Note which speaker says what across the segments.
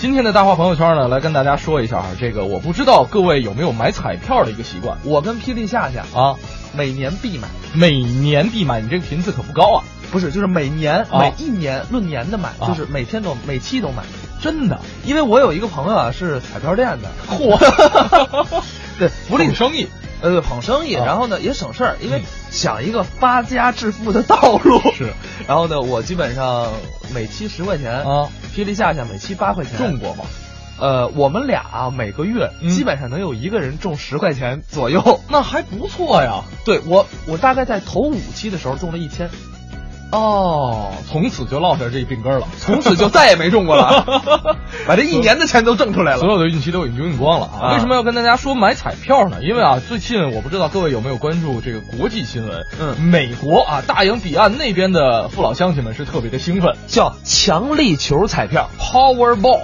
Speaker 1: 今天的大话朋友圈呢，来跟大家说一下啊，这个我不知道各位有没有买彩票的一个习惯
Speaker 2: 我跟霹雳夏夏
Speaker 1: 啊？
Speaker 2: 每年必买，
Speaker 1: 每年必买，你这个频次可不高啊！
Speaker 2: 不是就是每年、
Speaker 1: 啊
Speaker 2: 每一年论年的买，
Speaker 1: 啊
Speaker 2: 就是每天都每期都买。
Speaker 1: 真的，
Speaker 2: 因为我有一个朋友啊是彩票店的，
Speaker 1: 嚯
Speaker 2: 对，
Speaker 1: 不
Speaker 2: 不
Speaker 1: 利
Speaker 2: 利
Speaker 1: 生意。
Speaker 2: 呃捧生意，
Speaker 1: 啊
Speaker 2: 然后呢也省事儿，因为
Speaker 1: 嗯
Speaker 2: 想一个发家致富的道路。
Speaker 1: 是，
Speaker 2: 然后呢我基本上每期十块钱
Speaker 1: 啊，
Speaker 2: 霹雳夏夏每期八块钱
Speaker 1: 中过吗？
Speaker 2: 呃，我们俩啊每个月
Speaker 1: 嗯
Speaker 2: 基本上能有一个人中十块钱左右。
Speaker 1: 那还不错呀。
Speaker 2: 对我，我大概在头五期的时候中了一 千，
Speaker 1: 哦，从此就落下这病根儿了，
Speaker 2: 从此就再也没中过 了，把这一年的钱都挣出来
Speaker 1: 所
Speaker 2: 了。
Speaker 1: 有的运气都已经用光了啊！
Speaker 2: 啊
Speaker 1: 为什么要跟大家说买彩票呢？因为啊，最近我不知道各位有没有关注这个国际新闻，
Speaker 2: 嗯
Speaker 1: 美国啊大洋彼岸那边的父老乡亲们是特别的兴奋
Speaker 2: 叫强力球彩票，
Speaker 1: ，Powerball，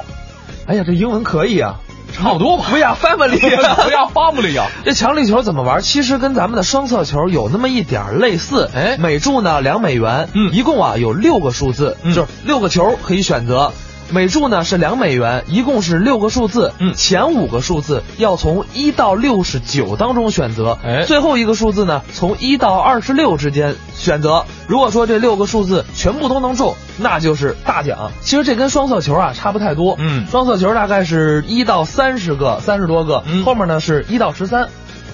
Speaker 2: 哎呀，这英文可以啊，
Speaker 1: 差不多吧？
Speaker 2: 不要 family，
Speaker 1: 不要 family 啊！
Speaker 2: 这强力球怎么玩？其实跟咱们的双色球有那么一点儿类似，
Speaker 1: 哎
Speaker 2: 每注呢两美元，
Speaker 1: 嗯
Speaker 2: 一共啊有六个数字，
Speaker 1: 嗯
Speaker 2: 就是六个球可以选择，每注呢是两美元，一共是六个数字，
Speaker 1: 嗯
Speaker 2: 前五个数字要从一到六十九当中选择，
Speaker 1: 哎
Speaker 2: 最后一个数字呢从一到二十六之间选择。如果说这六个数字全部都能中，那就是大奖。其实这跟双色球啊差不太多，
Speaker 1: 嗯
Speaker 2: 双色球大概是一到三十个，三十多个，
Speaker 1: 嗯
Speaker 2: 后面呢是一到十三，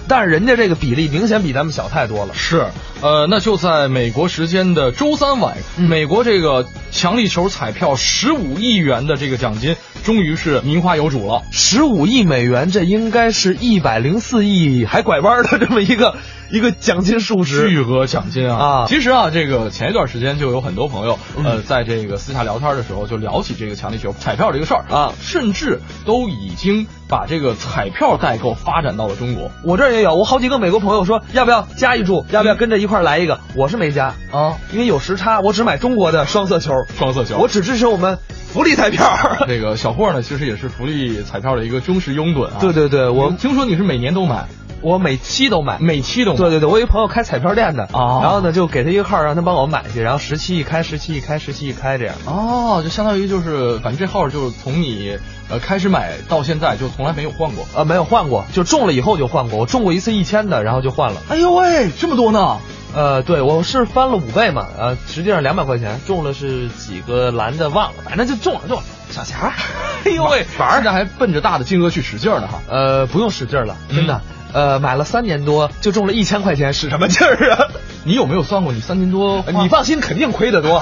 Speaker 2: 但是人家这个比例明显比咱们小太多了。
Speaker 1: 是，呃，那就在美国时间的周三晚，
Speaker 2: 嗯
Speaker 1: 美国这个强力球彩票十五亿元的这个奖金，终于是名花有主了。
Speaker 2: 十五亿美元，这应该是一百零四亿还拐弯的这么一个一个奖金数值。
Speaker 1: 巨额奖金啊！
Speaker 2: 啊
Speaker 1: 其实啊，这个前一段时间就有很多朋友，呃，
Speaker 2: 嗯
Speaker 1: 在这个私下聊天的时候，就聊起这个强力球彩票这个事儿
Speaker 2: 啊
Speaker 1: 甚至都已经把这个彩票代购发展到了中国
Speaker 2: 我这儿也有，我好几个美国朋友说要不要加一注，
Speaker 1: 嗯
Speaker 2: 要不要跟着一块儿来一个？我是没加，
Speaker 1: 啊，
Speaker 2: 因为有时差，我只买中国的双色球，
Speaker 1: 双色球。
Speaker 2: 我只支持我们福 利彩票。
Speaker 1: 这个小霍呢，其实也是福利彩票的一个忠实拥趸啊。
Speaker 2: 对对对，我
Speaker 1: 我听说你是每年都买，
Speaker 2: 我每期都买。
Speaker 1: 每期都买。
Speaker 2: 对对对，我有一朋友开彩票店的，
Speaker 1: 哦
Speaker 2: 然后呢就给他一个号，让他帮我买去，然后十期一开，十期一开，十期一开这样。
Speaker 1: 哦，就相当于就是，反正这号就是从你呃开始买到现在就从来没有换过。
Speaker 2: 呃，没有换过，就中了以后就换过。我中过一次一千的，然后就换了。
Speaker 1: 哎呦喂，这么多呢！
Speaker 2: 呃，对，我是翻了五倍嘛，呃，实际上两百块钱中了是几个蓝的忘了，反正就中了中了。小 钱儿，哎呦喂，
Speaker 1: 反而这还奔着大的金额去使劲儿呢哈。
Speaker 2: 呃，不用使劲儿了，
Speaker 1: 嗯
Speaker 2: 真的。呃，买了三年多就中了一千块钱，使什么劲儿啊？ 呃
Speaker 1: 你有没有算过你三千多花？
Speaker 2: 你放心，肯定亏 得多。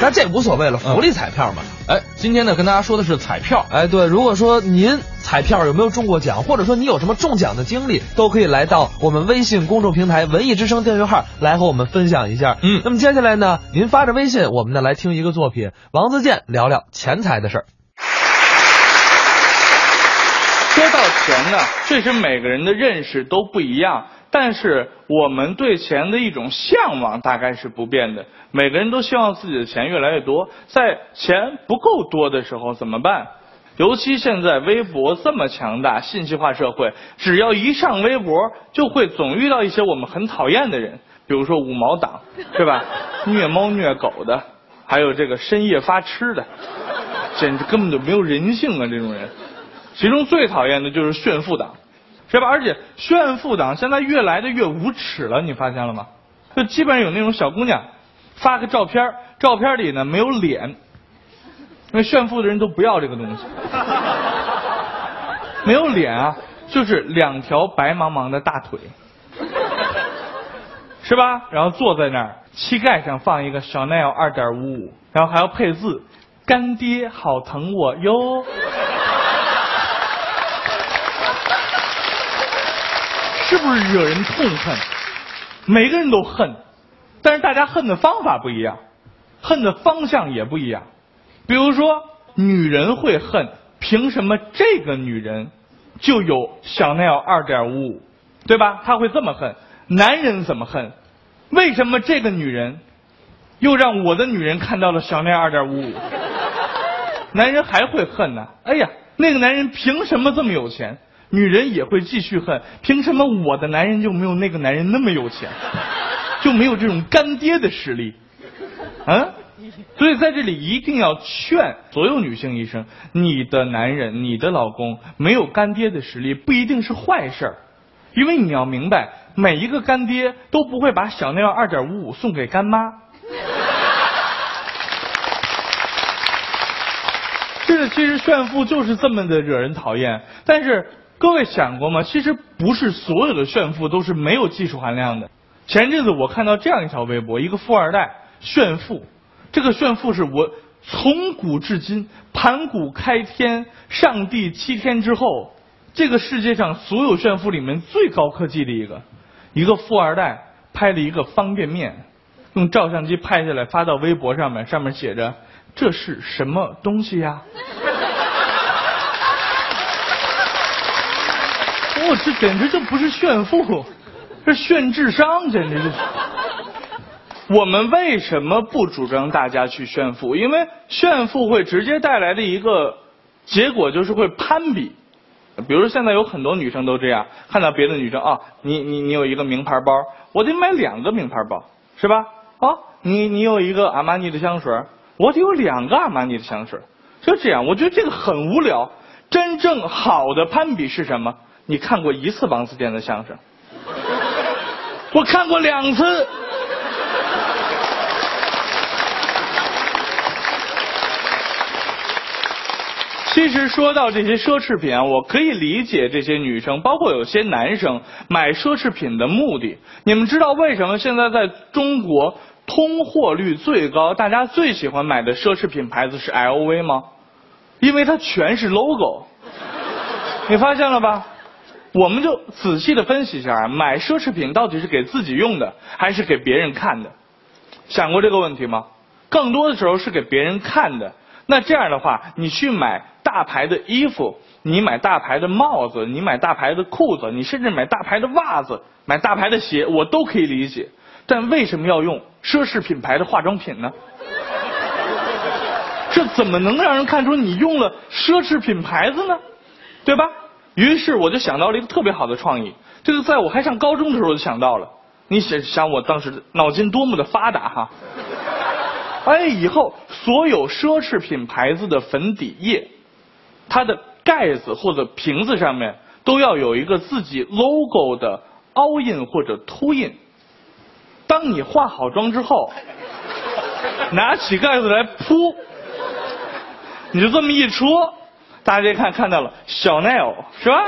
Speaker 2: 但这无所谓了，
Speaker 1: 嗯
Speaker 2: 福利彩票嘛。
Speaker 1: 哎，今天呢跟大家说的是彩票，
Speaker 2: 哎，对，如果说您彩票有没有中过奖，或者说你有什么中奖的经历，都可以来到我们微信公众平台“文艺之声”订阅号来和我们分享一下。
Speaker 1: 嗯
Speaker 2: 那么接下来呢，您发着微信，我们呢来听一个作品，王自健聊聊钱财的事儿。
Speaker 3: 说到钱呢，这是每个人的认识都不一样，但是我们对钱的一种向往大概是不变的。每个人都希望自己的钱越来越多，在钱不够多的时候怎么办？尤其现在微博这么强大，信息化社会，只要一上微博，就会总遇到一些我们很讨厌的人，比如说五毛党，对吧？ 虐猫虐狗的，还有这个深夜发吃的，简直根本就没有人性啊！这种人。其中最讨厌的就是炫富党，是吧？而且炫富党现在越来的越无耻了，你发现了吗？就基本上有那种小姑娘发个照片儿，照片里呢没有脸，因为炫富的人都不要这个东西，没有脸啊，就是两条白茫茫的大腿，是吧？然后坐在那儿，膝盖上放一个 Chanel 二点五五，然后还要配字“干爹好疼我哟”。是不是惹人痛恨？每个人都恨，但是大家恨的方法不一样，恨的方向也不一样。比如说，女人会恨，凭什么这个女人就有香奈儿二点五五，对吧？她会这么恨。男人怎么恨？为什么这个女人又让我的女人看到了香奈儿二点五五？男人还会恨呢、哎呀，那个男人凭什么这么有钱？女人也会继续恨，凭什么我的男人就没有那个男人那么有钱，就没有这种干爹的实力？嗯，所以在这里一定要劝所有女性医生，你的男人、你的老公没有干爹的实力，不一定是坏事儿，因为你要明白，每一个干爹都不会把小尿二点五五送给干妈。是，其实炫富就是这么的惹人讨厌。但是各位想过吗？其实不是所有的炫富都是没有技术含量的。前阵子我看到这样一条微博，一个富二代炫富，这个炫富是我从古至今，盘古开天，上帝七天之后，这个世界上所有炫富里面最高科技的一个。一个富二代拍了一个方便面，用照相机拍下来发到微博上面，上面写着这是什么东西呀？我、这简直就不是炫富，这炫智商，简直就是。我们为什么不主张大家去炫富？因为炫富会直接带来的一个结果就是会攀比。比如说现在有很多女生都这样，看到别的女生啊，你你你有一个名牌包，我得买两个名牌包，是吧？啊，你你有一个阿玛尼的香水，我得有两个阿玛尼的香水，就这样。我觉得这个很无聊。真正好的攀比是什么？你看过一次王自健的相声？我看过两次。其实说到这些奢侈品啊，我可以理解这些女生，包括有些男生买奢侈品的目的。你们知道为什么现在在中国通货率最高，大家最喜欢买的奢侈品牌子是 LV 吗？因为它全是 logo。你发现了吧？我们就仔细的分析一下啊，买奢侈品到底是给自己用的，还是给别人看的？想过这个问题吗？更多的时候是给别人看的。那这样的话，你去买大牌的衣服，你买大牌的帽子，你买大牌的裤子，你甚至买大牌的袜子，买大牌的鞋，我都可以理解。但为什么要用奢侈品牌的化妆品呢？这怎么能让人看出你用了奢侈品牌子呢？对吧？于是我就想到了一个特别好的创意，这个在我还上高中的时候就想到了。你想想我当时脑筋多么的发达哈！哎，以后所有奢侈品牌子的粉底液，它的盖子或者瓶子上面都要有一个自己 logo 的凹印或者凸印。当你化好妆之后，拿起盖子来扑，你就这么一戳，大家一看看到了小奈 l 是吧？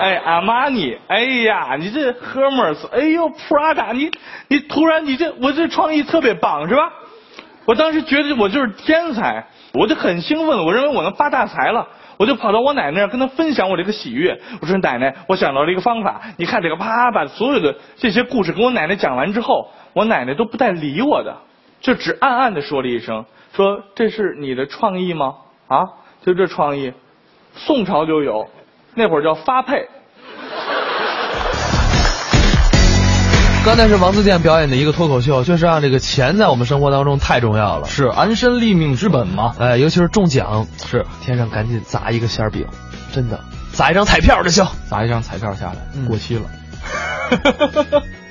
Speaker 3: 哎，阿玛尼，哎呀，你这 Hermes，哎呦 Prada，你你突然你这我这创意特别棒是吧？我当时觉得我就是天才，我就很兴奋，我认为我能发大财了，我就跑到我奶奶那儿跟她分享我这个喜悦。我说奶奶，我想到了一个方法，你看这个啪，把所有的这些故事跟我奶奶讲完之后，我奶奶都不带理我的，就只暗暗的说了一声，说这是你的创意吗？啊，就这创意，宋朝就有，那会儿叫发配。
Speaker 2: 刚才是王自健表演的一个脱口秀，确实啊让这个钱在我们生活当中太重要了。
Speaker 1: 是安身立命之本嘛？
Speaker 2: 哎，尤其是中奖，
Speaker 1: 是
Speaker 2: 天上赶紧砸一个馅儿饼，真的砸一张彩票就行。
Speaker 1: 砸一张彩票下来，
Speaker 2: 嗯
Speaker 1: 过 期了。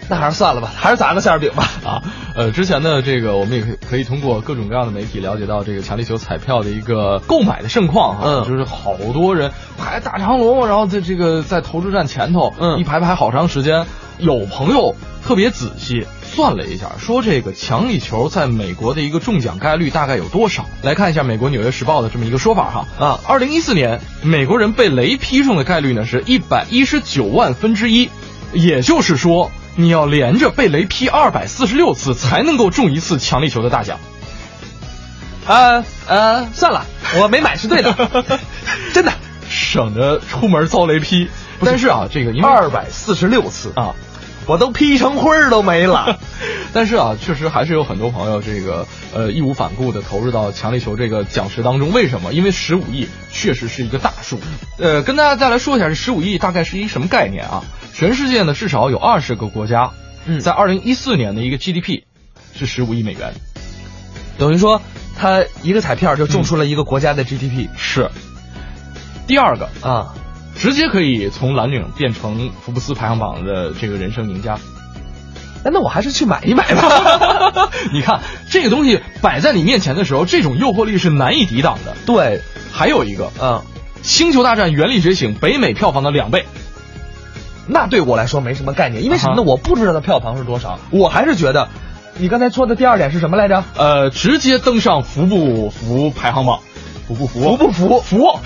Speaker 2: 那还是算了吧， 还是砸个馅儿饼吧。
Speaker 1: 啊，呃，之前呢，这个我们也可以可以通过各种各样的媒体了解到这个强力球彩票的一个购买的盛况哈、
Speaker 2: 嗯
Speaker 1: 就是好多人排大长龙，然后在这个在投注站前头，
Speaker 2: 嗯
Speaker 1: 一排排好长时间。有朋友特别仔细算了一下，说这个强力球在美国的一个中奖概率大概有多少？来看一下美国《纽约时报》的这么一个说法哈。
Speaker 2: 啊，
Speaker 1: 二零一四年，美国人被雷劈中的概率呢是一百一十九万分之一，也就是说，你要连着被雷劈二百四十六次才能够中一次强力球的大奖。
Speaker 2: 呃呃，算了，我没买是 对的，真的。
Speaker 1: 省得出门遭雷劈。但是啊，这个因为
Speaker 2: 二百四十六次，
Speaker 1: 啊，
Speaker 2: 我都劈成灰儿都没 了。
Speaker 1: 但是啊，确实还是有很多朋友这个呃义无反顾的投入到强力球这个奖池当中。为什么？因为十五亿确实是一个大数。呃，跟大家再来说一下，这十五亿大概是一什么概念啊？全世界呢至少有二十个国家，
Speaker 2: 嗯
Speaker 1: 在二零一四年的一个 GDP 是十五亿美元。
Speaker 2: 等于说，他一个彩票就中出了一个国家的 GDP
Speaker 1: 是。第二个，
Speaker 2: 啊，
Speaker 1: 直接可以从蓝领变成福布斯排行榜的这个人生赢家。
Speaker 2: 哎，那我还是去买一买吧。
Speaker 1: 你看这个东西摆在你面前的时候，这种诱惑力是难以抵挡的。
Speaker 2: 对，
Speaker 1: 还有一个，《
Speaker 2: 嗯，
Speaker 1: 星球大战：原力觉醒》北美票房的两倍，
Speaker 2: 那对我来说没什么概念，因为什么呢？
Speaker 1: 啊
Speaker 2: 我不知道它票房是多少，我还是觉得，你刚才说的第二点是什么来着？
Speaker 1: 呃，直接登上服不服排行榜，服不服？
Speaker 2: 服不服？服。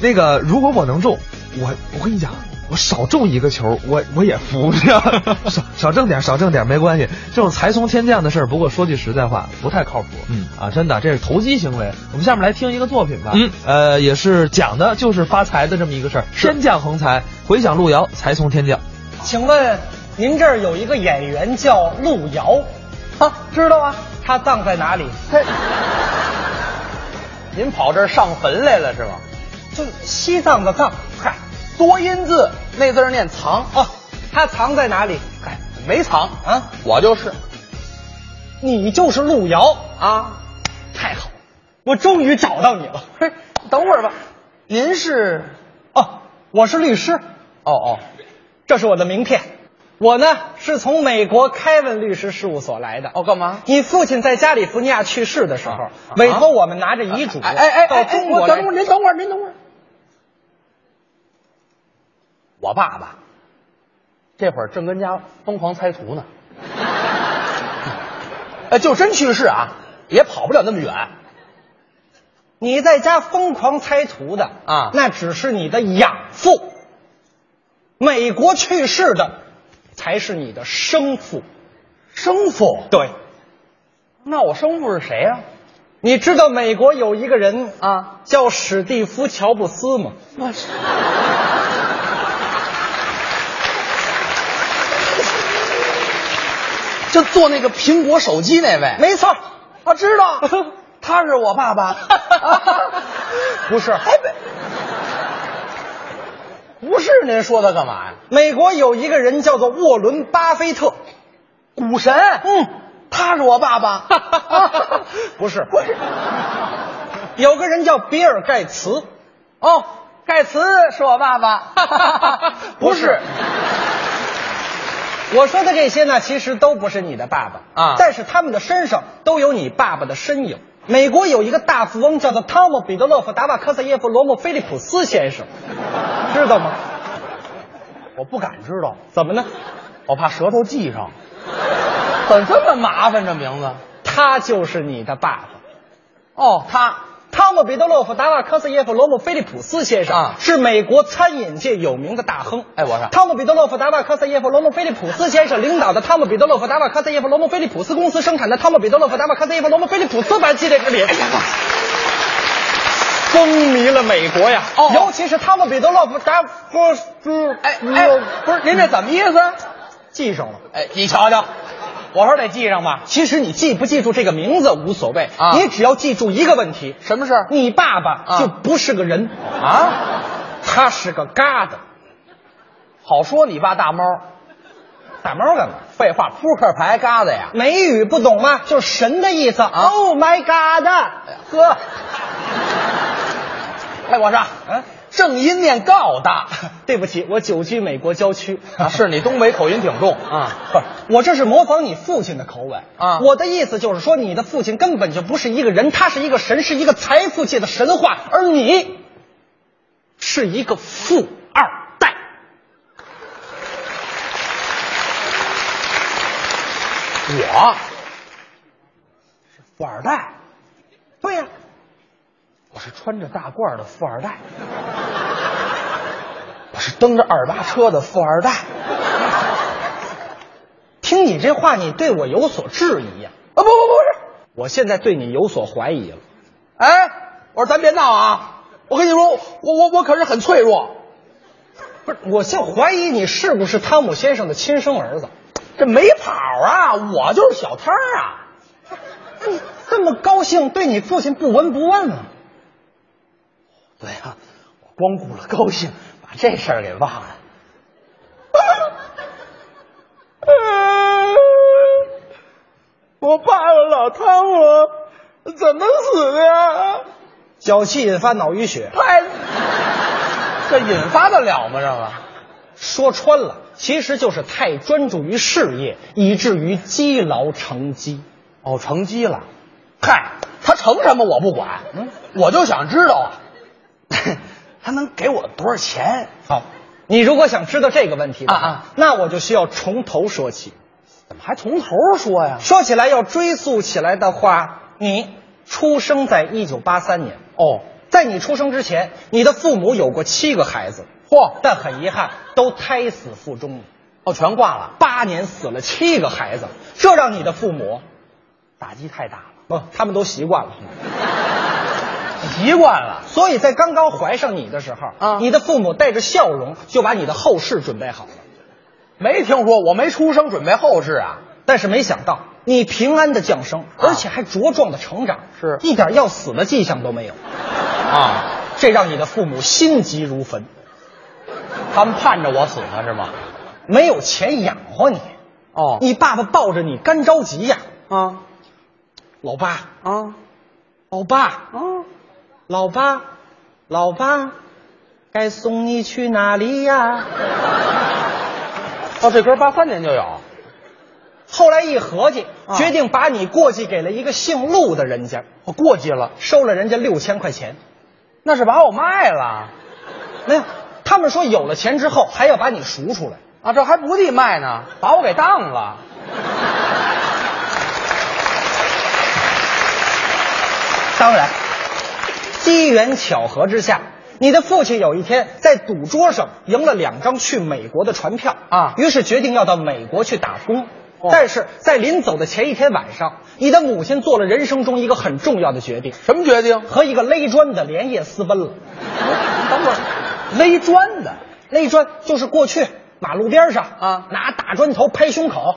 Speaker 2: 那个，如果我能中，我我跟你讲，我少中一个球，我我也服，这样 少少挣点，少挣点没关系。这种财从天降的事儿，不过说句实在话，不太靠谱。
Speaker 1: 嗯
Speaker 2: 啊，真的，这是投机行为。我们下面来听一个作品吧。
Speaker 1: 嗯，
Speaker 2: 呃，也是讲的就是发财的这么一个事儿，天降横财，回响路遥，财从天降。
Speaker 4: 请问您这儿有一个演员叫路遥，啊，知道啊？他葬在哪里？嘿，您跑这儿上坟来了是吗？就是西藏的藏，嗨，多音字，那字念藏啊。他藏在哪里？嗨，没藏啊，我就是。你就是路遥啊？太好，我终于找到你了。嘿，等会儿吧，您是？哦，我是律师。哦哦，这是我的名片。我呢是从美国凯文律师事务所来的。哦，干嘛？你父亲在加利福尼亚去世的时候，啊委托我们拿着遗嘱，哎哎到中国来。等会儿，您等会儿，您等会儿。我爸爸这会儿正跟家疯狂猜图呢。 哎，就真去世啊，也跑不了那么远。你在家疯狂猜图的啊，那只是你的养父。美国去世的才是你的生父。生父？对。那我生父是谁呀、你知道美国有一个人啊，叫史蒂夫·乔布斯吗？我去。就做那个苹果手机那位，没错，我知道， 他是我爸爸， 不是，不是您说他干嘛呀？美国有一个人叫做沃伦·巴菲特，股神。嗯，他是我爸 爸。不是，不是。 有个人叫比尔·盖茨。哦，盖茨是我爸 爸。不是。我说的这些呢，其实都不是你的爸爸
Speaker 2: 啊
Speaker 4: 但是他们的身上都有你爸爸的身影。美国有一个大富翁叫做汤姆·彼得洛夫·达瓦科萨耶夫·罗姆·菲利普斯先生，知道吗？我不敢知道，怎么呢？我怕舌头系上。怎么这么麻烦这名字？他就是你的爸爸。哦，他汤姆·彼得洛夫·达瓦科斯耶夫·罗姆·菲利普斯先生
Speaker 2: 啊
Speaker 4: 是美国餐饮界有名的大亨。
Speaker 2: 哎我说
Speaker 4: 汤姆·彼得洛夫·达瓦科斯耶夫·罗姆·菲利普斯先生领导的汤姆·彼得洛夫·达瓦科斯耶夫·罗姆·菲利普斯公司生产的汤姆·彼得洛夫·达瓦科斯耶夫·罗姆·菲利普斯白系列产品。风靡了美国呀！
Speaker 2: 哦
Speaker 4: 尤其是汤姆·彼得洛夫·达夫斯，嗯
Speaker 2: 哎哎
Speaker 4: 不是您这怎么意思？记上了。
Speaker 2: 哎，你瞧瞧，
Speaker 4: 我说得记上吧。其实你记不记住这个名字无所谓
Speaker 2: 啊
Speaker 4: 你只要记住一个问题：
Speaker 2: 什么事儿
Speaker 4: 你爸爸
Speaker 2: 啊
Speaker 4: 就不是个人啊， 他是个疙瘩。好说你爸大猫，大猫干嘛？废话，扑克牌疙瘩呀。美语不懂吗？就是神的意思。Oh my god！呵，哎，我说，嗯，正音念告大。 对不起，我久居美国郊区。啊，是你东北口音挺重啊。不是，我这是模仿你父亲的口吻
Speaker 2: 啊
Speaker 4: 我的意思就是说，你的父亲根本就不是一个人，他是一个神，是一个财富界的神话，而你是一个富二代。我是富二代，对呀、我是穿着大褂的富二代，我是蹬着二八车的富二代。听你这话，你对我有所质疑呀、啊？不不不是，我现在对你有所怀疑了。哎，我说咱别闹啊！我跟你说，我我我可是很脆弱。不是，我现怀疑你是不是汤姆先生的亲生儿子？这没跑啊，我就是小摊儿啊。那你这么高兴，对你父亲不闻不问啊？对呀、我光顾了高兴，把这事儿给忘了。嗯我爸爸老汤姆怎么死的呀？哎脚气引发脑淤血。这引发得了吗？这个说穿了，其实就是太专注于事业，以至于积劳成疾。
Speaker 5: 哦，成绩了。嗨，他成什么我不管，嗯
Speaker 4: 嗯
Speaker 5: 我就想知道 啊，他能给我多少钱？
Speaker 4: 好，你如果想知道这个问题的话
Speaker 5: 啊啊
Speaker 4: 那我就需要从头说起。
Speaker 5: 怎么还从头说呀？
Speaker 4: 说起来要追溯起来的话，你出生在一九八三年，
Speaker 5: 哦，
Speaker 4: 在你出生之前，你的父母有过七个孩子，
Speaker 5: 嚯，
Speaker 4: 但很遗憾都胎死腹中了。
Speaker 5: 哦，全挂了，
Speaker 4: 八年死了七个孩子，这让你的父母
Speaker 5: 打击太大了，
Speaker 4: 不，他们都习惯了。
Speaker 5: 习惯了。
Speaker 4: 所以在刚刚怀上你的时候，
Speaker 5: 啊
Speaker 4: 你的父母带着笑容就把你的后事准备好了。
Speaker 5: 没听说，我没出生准备后事啊。
Speaker 4: 但是没想到你平安的降生，而且还茁壮的成长，
Speaker 5: 是
Speaker 4: 一点要死的迹象都没有，
Speaker 5: 啊，
Speaker 4: 这让你的父母心急如焚，
Speaker 5: 他们盼着我死呢是吗？
Speaker 4: 没有钱养活你。
Speaker 5: 哦
Speaker 4: 你爸爸抱着你干着急呀，
Speaker 5: 啊
Speaker 4: 老爸，
Speaker 5: 啊
Speaker 4: 老爸，
Speaker 5: 啊！
Speaker 4: 老爸，老爸，该送你去哪里呀？
Speaker 5: 哦，这歌八三年就有。
Speaker 4: 后来一合计，
Speaker 5: 啊
Speaker 4: 决定把你过继给了一个姓陆的人家，
Speaker 5: 我过继了，
Speaker 4: 收了人家六千块钱。
Speaker 5: 那是把我卖了
Speaker 4: 没有，他们说有了钱之后还要把你赎出来。
Speaker 5: 啊，这还不地卖呢，把我给当了。
Speaker 4: 当然，机缘巧合之下，你的父亲有一天在赌桌上赢了两张去美国的船票
Speaker 5: 啊
Speaker 4: 于是决定要到美国去打工。但是在临走的前一天晚上，你的母亲做了人生中一个很重要的决定，
Speaker 5: 什么决定？
Speaker 4: 和一个勒砖的连夜私奔了。
Speaker 5: 等会儿，勒砖的
Speaker 4: 勒砖就是过去马路边上
Speaker 5: 啊
Speaker 4: 拿大砖头拍胸口，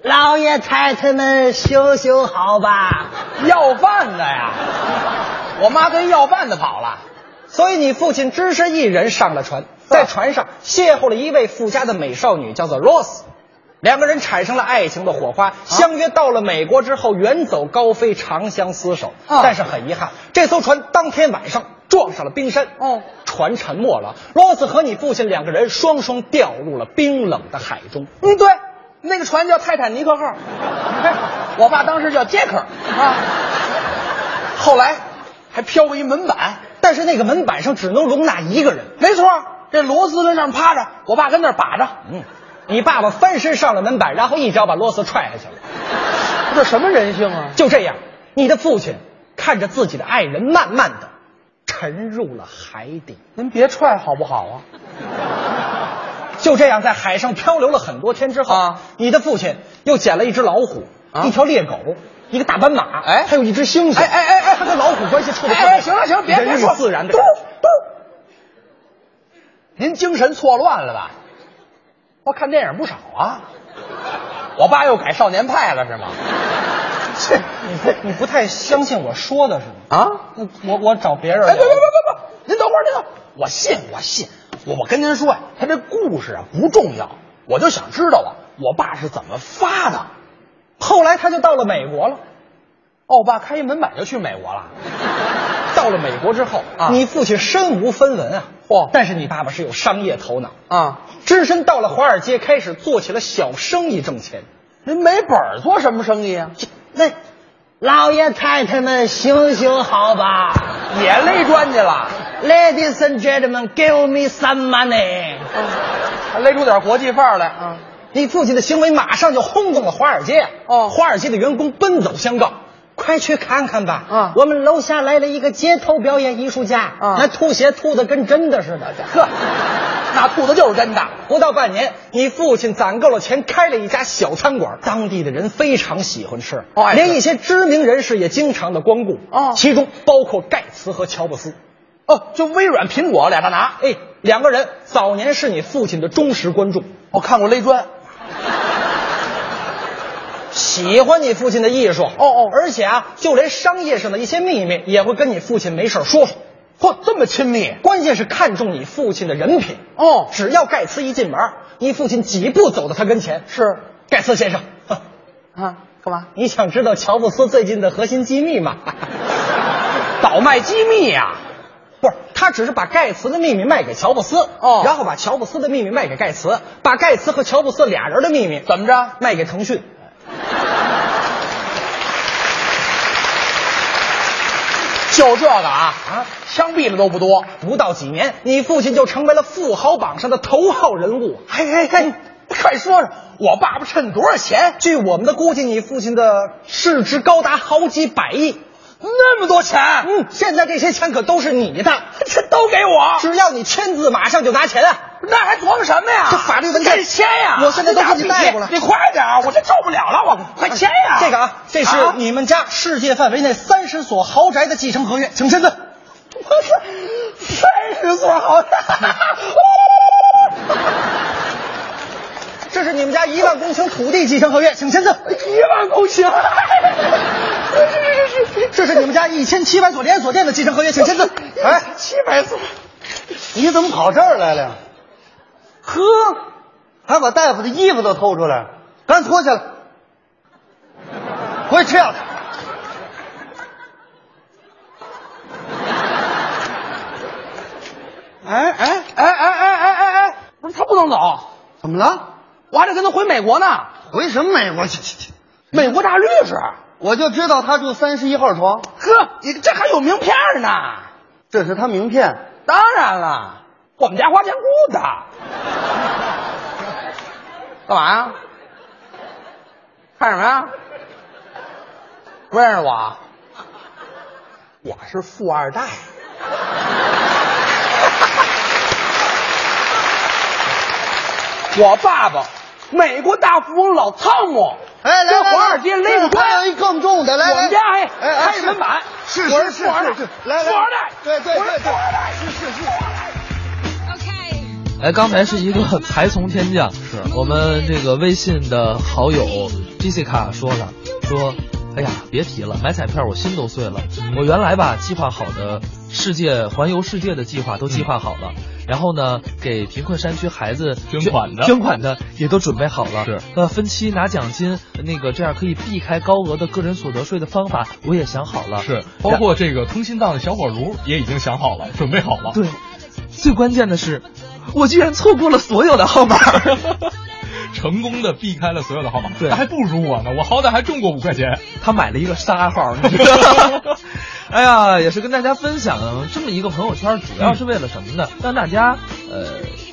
Speaker 4: 老爷太太们修修好吧。
Speaker 5: 要饭的呀！我妈跟要饭的跑了。
Speaker 4: 所以你父亲只身一人上了船，在船上邂逅了一位富家的美少女，叫做 Rose。两个人产生了爱情的火
Speaker 5: 啊
Speaker 4: 花，相约到了美国之后远走高飞，长相厮守。
Speaker 5: 啊
Speaker 4: 但是很遗憾，这艘船当天晚上撞上了冰山，
Speaker 5: 哦
Speaker 4: 船沉没了。Rose 和你父亲两个人双双掉入了冰冷的海中。
Speaker 5: 嗯，对，那个船叫泰坦尼克号，我爸当时叫杰克啊，后来还飘过一门板，
Speaker 4: 但是那个门板上只能容纳一个人，
Speaker 5: 没错，这罗斯跟上趴着，我爸跟那儿把着，
Speaker 4: 嗯，你爸爸翻身上了门板，然后一脚把罗斯踹下去了。
Speaker 5: 这什么人性啊？
Speaker 4: 就这样，你的父亲看着自己的爱人慢慢的沉入了海底，
Speaker 5: 您别踹好不好啊？
Speaker 4: 就这样在海上漂流了很多天之后，
Speaker 5: 啊
Speaker 4: 你的父亲又捡了一只老虎、
Speaker 5: 啊
Speaker 4: 一条猎狗、一个大斑马，
Speaker 5: 哎
Speaker 4: 还有一只猩猩。
Speaker 5: 哎哎哎哎
Speaker 4: 他跟老虎关系处的
Speaker 5: 哎哎行了行了别别
Speaker 4: 人
Speaker 5: 说
Speaker 4: 与自然的
Speaker 5: 嘟
Speaker 4: 感觉
Speaker 5: 您精神错乱了吧？我看电影不少啊，我爸又改少年派了是吗？
Speaker 4: 是你不你不太相信我说的是吗？
Speaker 5: 啊，
Speaker 4: 那我我找别人聊。
Speaker 5: 哎，别别别别别！您等会儿，您等会儿，我信，我信。我我跟您说呀，他这故事啊不重要，我就想知道啊，我爸是怎么发的。
Speaker 4: 后来他就到了美国了。
Speaker 5: 哦，我爸开一门板就去美国了。
Speaker 4: 到了美国之后
Speaker 5: 啊
Speaker 4: 你父亲身无分文啊，
Speaker 5: 嚯
Speaker 4: 但是你爸爸是有商业头脑，
Speaker 5: 啊，
Speaker 4: 只身到了华尔街，开始做起了小生意挣钱。
Speaker 5: 您没本儿做什么生意啊？
Speaker 4: 那老爷太太们行行好吧
Speaker 5: 也勒砖去了，
Speaker 4: ，Ladies and gentlemen, give me some money。
Speaker 5: 哦还勒出点国际范儿来啊。
Speaker 4: 你父亲的行为马上就轰动了华尔街。
Speaker 5: 哦
Speaker 4: 华尔街的员工奔走相告。快去看看吧！
Speaker 5: 啊
Speaker 4: 我们楼下来了一个街头表演艺术家，
Speaker 5: 啊
Speaker 4: 那吐血吐的跟真的似的。
Speaker 5: 呵，那兔子就是真的。
Speaker 4: 不到半年，你父亲攒够了钱，开了一家小餐馆，当地的人非常喜欢吃，
Speaker 5: 哦爱吃
Speaker 4: 连一些知名人士也经常的光顾，
Speaker 5: 哦
Speaker 4: 其中包括盖茨和乔布斯。
Speaker 5: 哦，就微软、苹果俩大拿。
Speaker 4: 哎，两个人早年是你父亲的忠实观众，
Speaker 5: 我看过勒砖。
Speaker 4: 喜欢你父亲的艺术，哦
Speaker 5: 哦
Speaker 4: 而且啊，就连商业上的一些秘密也会跟你父亲没事儿说说，
Speaker 5: 嚯，这么亲密
Speaker 4: 关键是看重你父亲的人品。
Speaker 5: 哦
Speaker 4: 只要盖茨一进门，你父亲几步走到他跟前，
Speaker 5: 是
Speaker 4: 盖茨先生。哼
Speaker 5: 啊？干嘛？
Speaker 4: 你想知道乔布斯最近的核心机密吗？
Speaker 5: 倒卖机密呀、
Speaker 4: 不是，他
Speaker 5: 他只是把盖茨的秘密卖给乔布斯，
Speaker 4: 哦
Speaker 5: 然后把乔布斯的秘密卖给盖茨，把盖茨和乔布斯俩人的秘密
Speaker 4: 怎么着？
Speaker 5: 卖给腾讯。
Speaker 4: 就这个啊啊，枪毙了都不多。
Speaker 5: 不到几年，你父亲就成为了富豪榜上的头号人物。
Speaker 4: 嘿嘿嘿，嗯快说说，我爸爸趁多少钱？
Speaker 5: 据我们的估计，你父亲的市值高达好几百亿。
Speaker 4: 那么多钱？
Speaker 5: 嗯，现在这些钱可都是你的，
Speaker 4: 这都给我，
Speaker 5: 只要你签字，马上就拿钱啊！
Speaker 4: 那还琢磨什么呀？
Speaker 5: 这法律文件
Speaker 4: 这签呀！
Speaker 5: 我现在都给你带过来
Speaker 4: 你快点啊，我这受不了了，我快签呀！
Speaker 5: 这个啊，这是
Speaker 4: 啊
Speaker 5: 你们家世界范围内三十所豪宅的继承合约，请签字。
Speaker 4: 我是三十座豪宅，
Speaker 5: 这是你们家一万公顷土地继承合约，请签
Speaker 4: 一
Speaker 5: 字。
Speaker 4: 万公顷。
Speaker 5: 这是你们家一千七百所连锁店的继承合约，请签字。哎，
Speaker 4: 七百座，
Speaker 5: 你怎么跑这儿来了？呵，还把大夫的衣服都偷出来了，赶紧脱下来，回去吃药去。
Speaker 4: 哎哎哎哎哎哎哎哎，不是他不能走，怎么了？我还得跟他回美国呢，
Speaker 6: 回什么美国去去去？
Speaker 4: 美国大律师。
Speaker 6: 我就知道他住三十一号床，
Speaker 4: 呵，你这还有名片呢？
Speaker 6: 这是他名片。
Speaker 4: 当然了，我们家花钱雇的。干嘛呀？看什么呀？不认识我啊？我是富二代。我爸爸，美国大富翁老汤姆，
Speaker 6: 哎，来
Speaker 4: 跟
Speaker 6: 来，
Speaker 4: 华尔街勒
Speaker 6: 来
Speaker 4: 个
Speaker 6: 还有
Speaker 4: 关
Speaker 6: 一。更重的，来
Speaker 4: 我
Speaker 6: 来，
Speaker 4: 们家还
Speaker 6: 哎哎
Speaker 4: 开着门板，
Speaker 6: 是
Speaker 4: 我
Speaker 6: 是是
Speaker 4: 富二代
Speaker 6: 是，是，来来，
Speaker 4: 富二代，
Speaker 6: 对对
Speaker 4: 我是
Speaker 6: 对
Speaker 4: 富
Speaker 6: 对
Speaker 4: 二代，，
Speaker 6: 是是是。
Speaker 7: Okay.
Speaker 2: 哎，刚才是一个才从天降，是我们这个微信的好友 Jessica 说了，说，哎呀，别提了，买彩票我心都碎了。
Speaker 1: 嗯
Speaker 2: 我原来吧计划好的世界环游世界的计划都计划好了，然后呢，给贫困山区孩子
Speaker 1: 嗯捐款的
Speaker 2: 捐款的也都准备好了，
Speaker 1: 是
Speaker 2: 呃，分期拿奖金，那个这样可以避开高额的个人所得税的方法我也想好了，
Speaker 1: 是，包括这个通心荡的小火炉也已经想好了，准备好了。
Speaker 2: 对，最关键的是，我居然错过了所有的号码。
Speaker 1: 成功的避开了所有的号码，
Speaker 2: 对
Speaker 1: 那还不如我呢，我好歹还中过五块钱。
Speaker 2: 他买了一个沙号，你知道吗？ 哎呀，也是跟大家分享这么一个朋友圈，主要是为了什么呢？让大家呃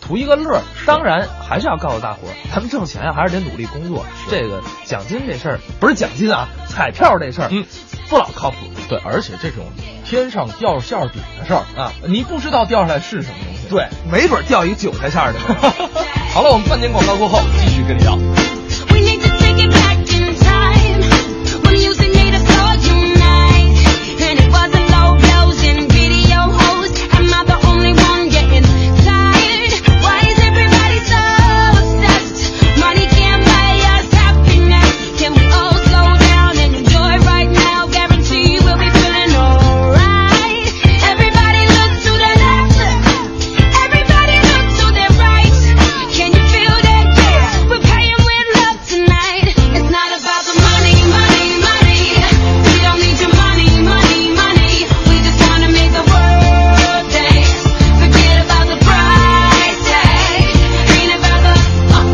Speaker 2: 图一个乐儿。当然，还是要告诉大伙儿，咱们挣钱啊，还是得努力工作。这个奖金这事儿不是奖金啊，彩票这事儿，
Speaker 1: 嗯，
Speaker 2: 不老靠谱。
Speaker 1: 对，而且这种天上掉馅儿饼的事儿
Speaker 2: 啊，
Speaker 1: 你不知道掉下来是什么东西。
Speaker 2: 对，没准儿掉一韭菜馅儿的。
Speaker 1: 好了，我们半年广告过后继续跟你聊。
Speaker 7: We need to take it back in time. We're losing it all tonight. And it wasn't low blows and video hoes. Am I the only one getting tired? Why is everybody so obsessed? Money can't buy us happiness. Can we all slow down and enjoy right now? Guarantee we'll be feeling alright. Everybody look to the left. Everybody look to their right. Can you feel that? Yeah, we're paying with love tonight. It's not about the money, money, money. We don't need your money, money, money. We just wanna make the world dance. Forget about the price tag. Ain't about the uh,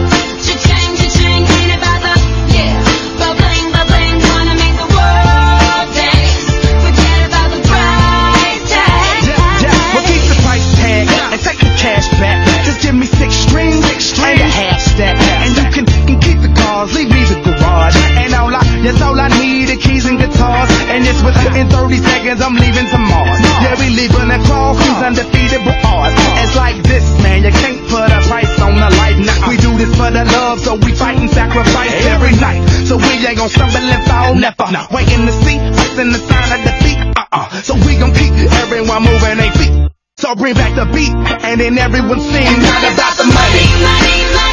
Speaker 7: cha-ching, cha-ching. Ain't about the yeah, bubbling, bubbling. Wanna make the world dance. Forget about the price tag.
Speaker 8: Yeah, yeah, well, keep the price tag and take the cash back. Just give me six strings, and a half stack. And you can, can keep the cars, leave me the garage. And all I, yes, all I need are keys and guitars. And it's within 30 seconds, I'm leaving to Mars. Yeah, we leaving the call, these undefeatable odds. It's like this, man, you can't put a price on the life. Now we do this for the love, so we fight and sacrifice every night. So we ain't gonna stumble and fall, never. Waiting to see us in the sign of defeat. Uh-uh. So we gon' keep everyone moving their feet. So bring back the beat, and then everyone sing. Not about the money.
Speaker 7: money, money, money. oh,